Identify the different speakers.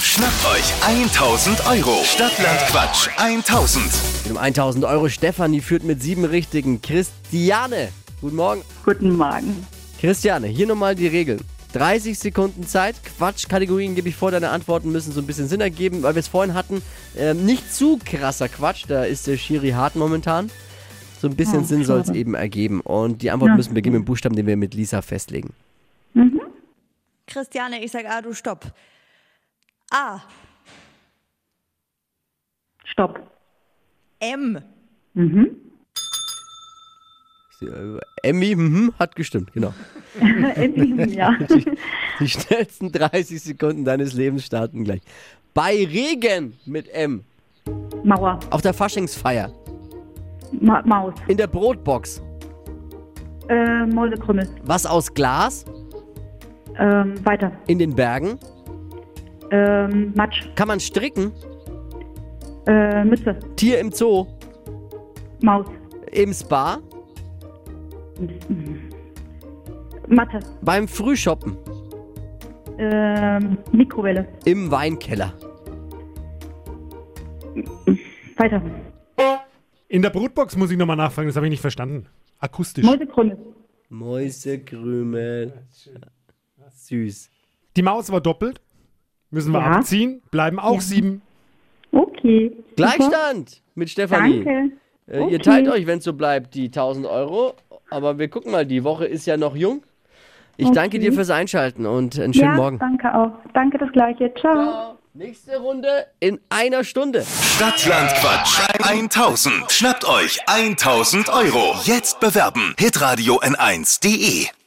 Speaker 1: Schnappt euch 1000 Euro. Stadtland Quatsch 1000.
Speaker 2: Mit um 1000 Euro. Stefanie führt mit sieben richtigen. Christiane, guten Morgen.
Speaker 3: Guten Morgen.
Speaker 2: Christiane, hier nochmal die Regeln. 30 Sekunden Zeit, Quatschkategorien gebe ich vor, deine Antworten müssen so ein bisschen Sinn ergeben, weil wir es vorhin hatten. Ähm, nicht zu krasser Quatsch, da ist der Schiri hart momentan. So ein bisschen
Speaker 3: Ja,
Speaker 2: Sinn soll es
Speaker 3: schade.
Speaker 2: eben ergeben. Und die Antworten
Speaker 3: Ja.
Speaker 2: müssen beginnen mit dem Buchstaben, den wir mit Lisa festlegen.
Speaker 4: Christiane, ich sag A, du stopp. A,
Speaker 3: Stopp.
Speaker 4: M,
Speaker 2: Äh, Emmy mhm, hat gestimmt, genau.
Speaker 3: In diesem Jahr.
Speaker 2: Die schnellsten 30 Sekunden deines Lebens starten gleich. Bei Regen mit M.
Speaker 3: Mauer.
Speaker 2: Auf der Faschingsfeier.
Speaker 3: Ma Maus.
Speaker 2: In der Brotbox.
Speaker 3: Äh, Mäusekrümmel.
Speaker 2: Was aus Glas.
Speaker 3: Ähm, weiter.
Speaker 2: In den Bergen.
Speaker 3: Ähm, Matsch.
Speaker 2: Kann man stricken.
Speaker 3: Äh, Mütze.
Speaker 2: Tier im Zoo.
Speaker 3: Maus.
Speaker 2: Im Spa.
Speaker 3: Mathe.
Speaker 2: Beim Frühshoppen.
Speaker 3: Ähm, Mikrowelle.
Speaker 2: Im Weinkeller.
Speaker 3: Weiter.
Speaker 5: In der Brotbox muss ich nochmal nachfragen, das habe ich nicht verstanden. Akustisch.
Speaker 3: Mäusekrümmel.
Speaker 2: Mäusekrümel. Süß.
Speaker 5: Die Maus war doppelt. Müssen wir
Speaker 3: Ja.
Speaker 5: abziehen. Bleiben auch sieben.
Speaker 3: Okay. Super.
Speaker 2: Gleichstand mit Stefanie.
Speaker 3: Danke.
Speaker 2: Äh, Ihr
Speaker 3: Okay.
Speaker 2: teilt euch, wenn es so bleibt, die 1000 Euro. Aber wir gucken mal, die Woche ist ja noch jung. Ich danke dir fürs Einschalten und einen schönen
Speaker 3: ja,
Speaker 2: Morgen.
Speaker 3: danke auch. Danke das Gleiche. Ciao.
Speaker 2: Nächste Runde in einer Stunde.
Speaker 1: Stadtland Quatsch 1000. Schnappt euch 1000 Euro. Jetzt bewerben. Hitradio N1.de.